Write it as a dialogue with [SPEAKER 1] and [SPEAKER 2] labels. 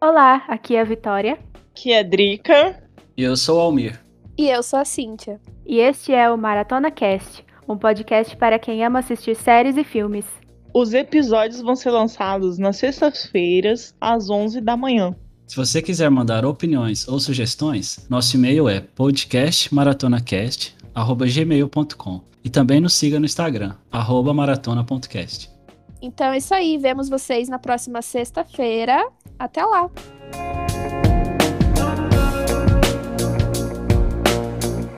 [SPEAKER 1] Olá, aqui é a Vitória.
[SPEAKER 2] Que é Drica.
[SPEAKER 3] E eu sou o Almir.
[SPEAKER 4] E eu sou a Cíntia.
[SPEAKER 1] E este é o Maratona Cast, um podcast para quem ama assistir séries e filmes.
[SPEAKER 2] Os episódios vão ser lançados nas sextas-feiras, às 11 da manhã.
[SPEAKER 3] Se você quiser mandar opiniões ou sugestões, nosso e-mail é podcastmaratonacast@gmail.com e também nos siga no Instagram @maratona.cast.
[SPEAKER 4] Então é isso aí, vemos vocês na próxima sexta-feira. Até lá.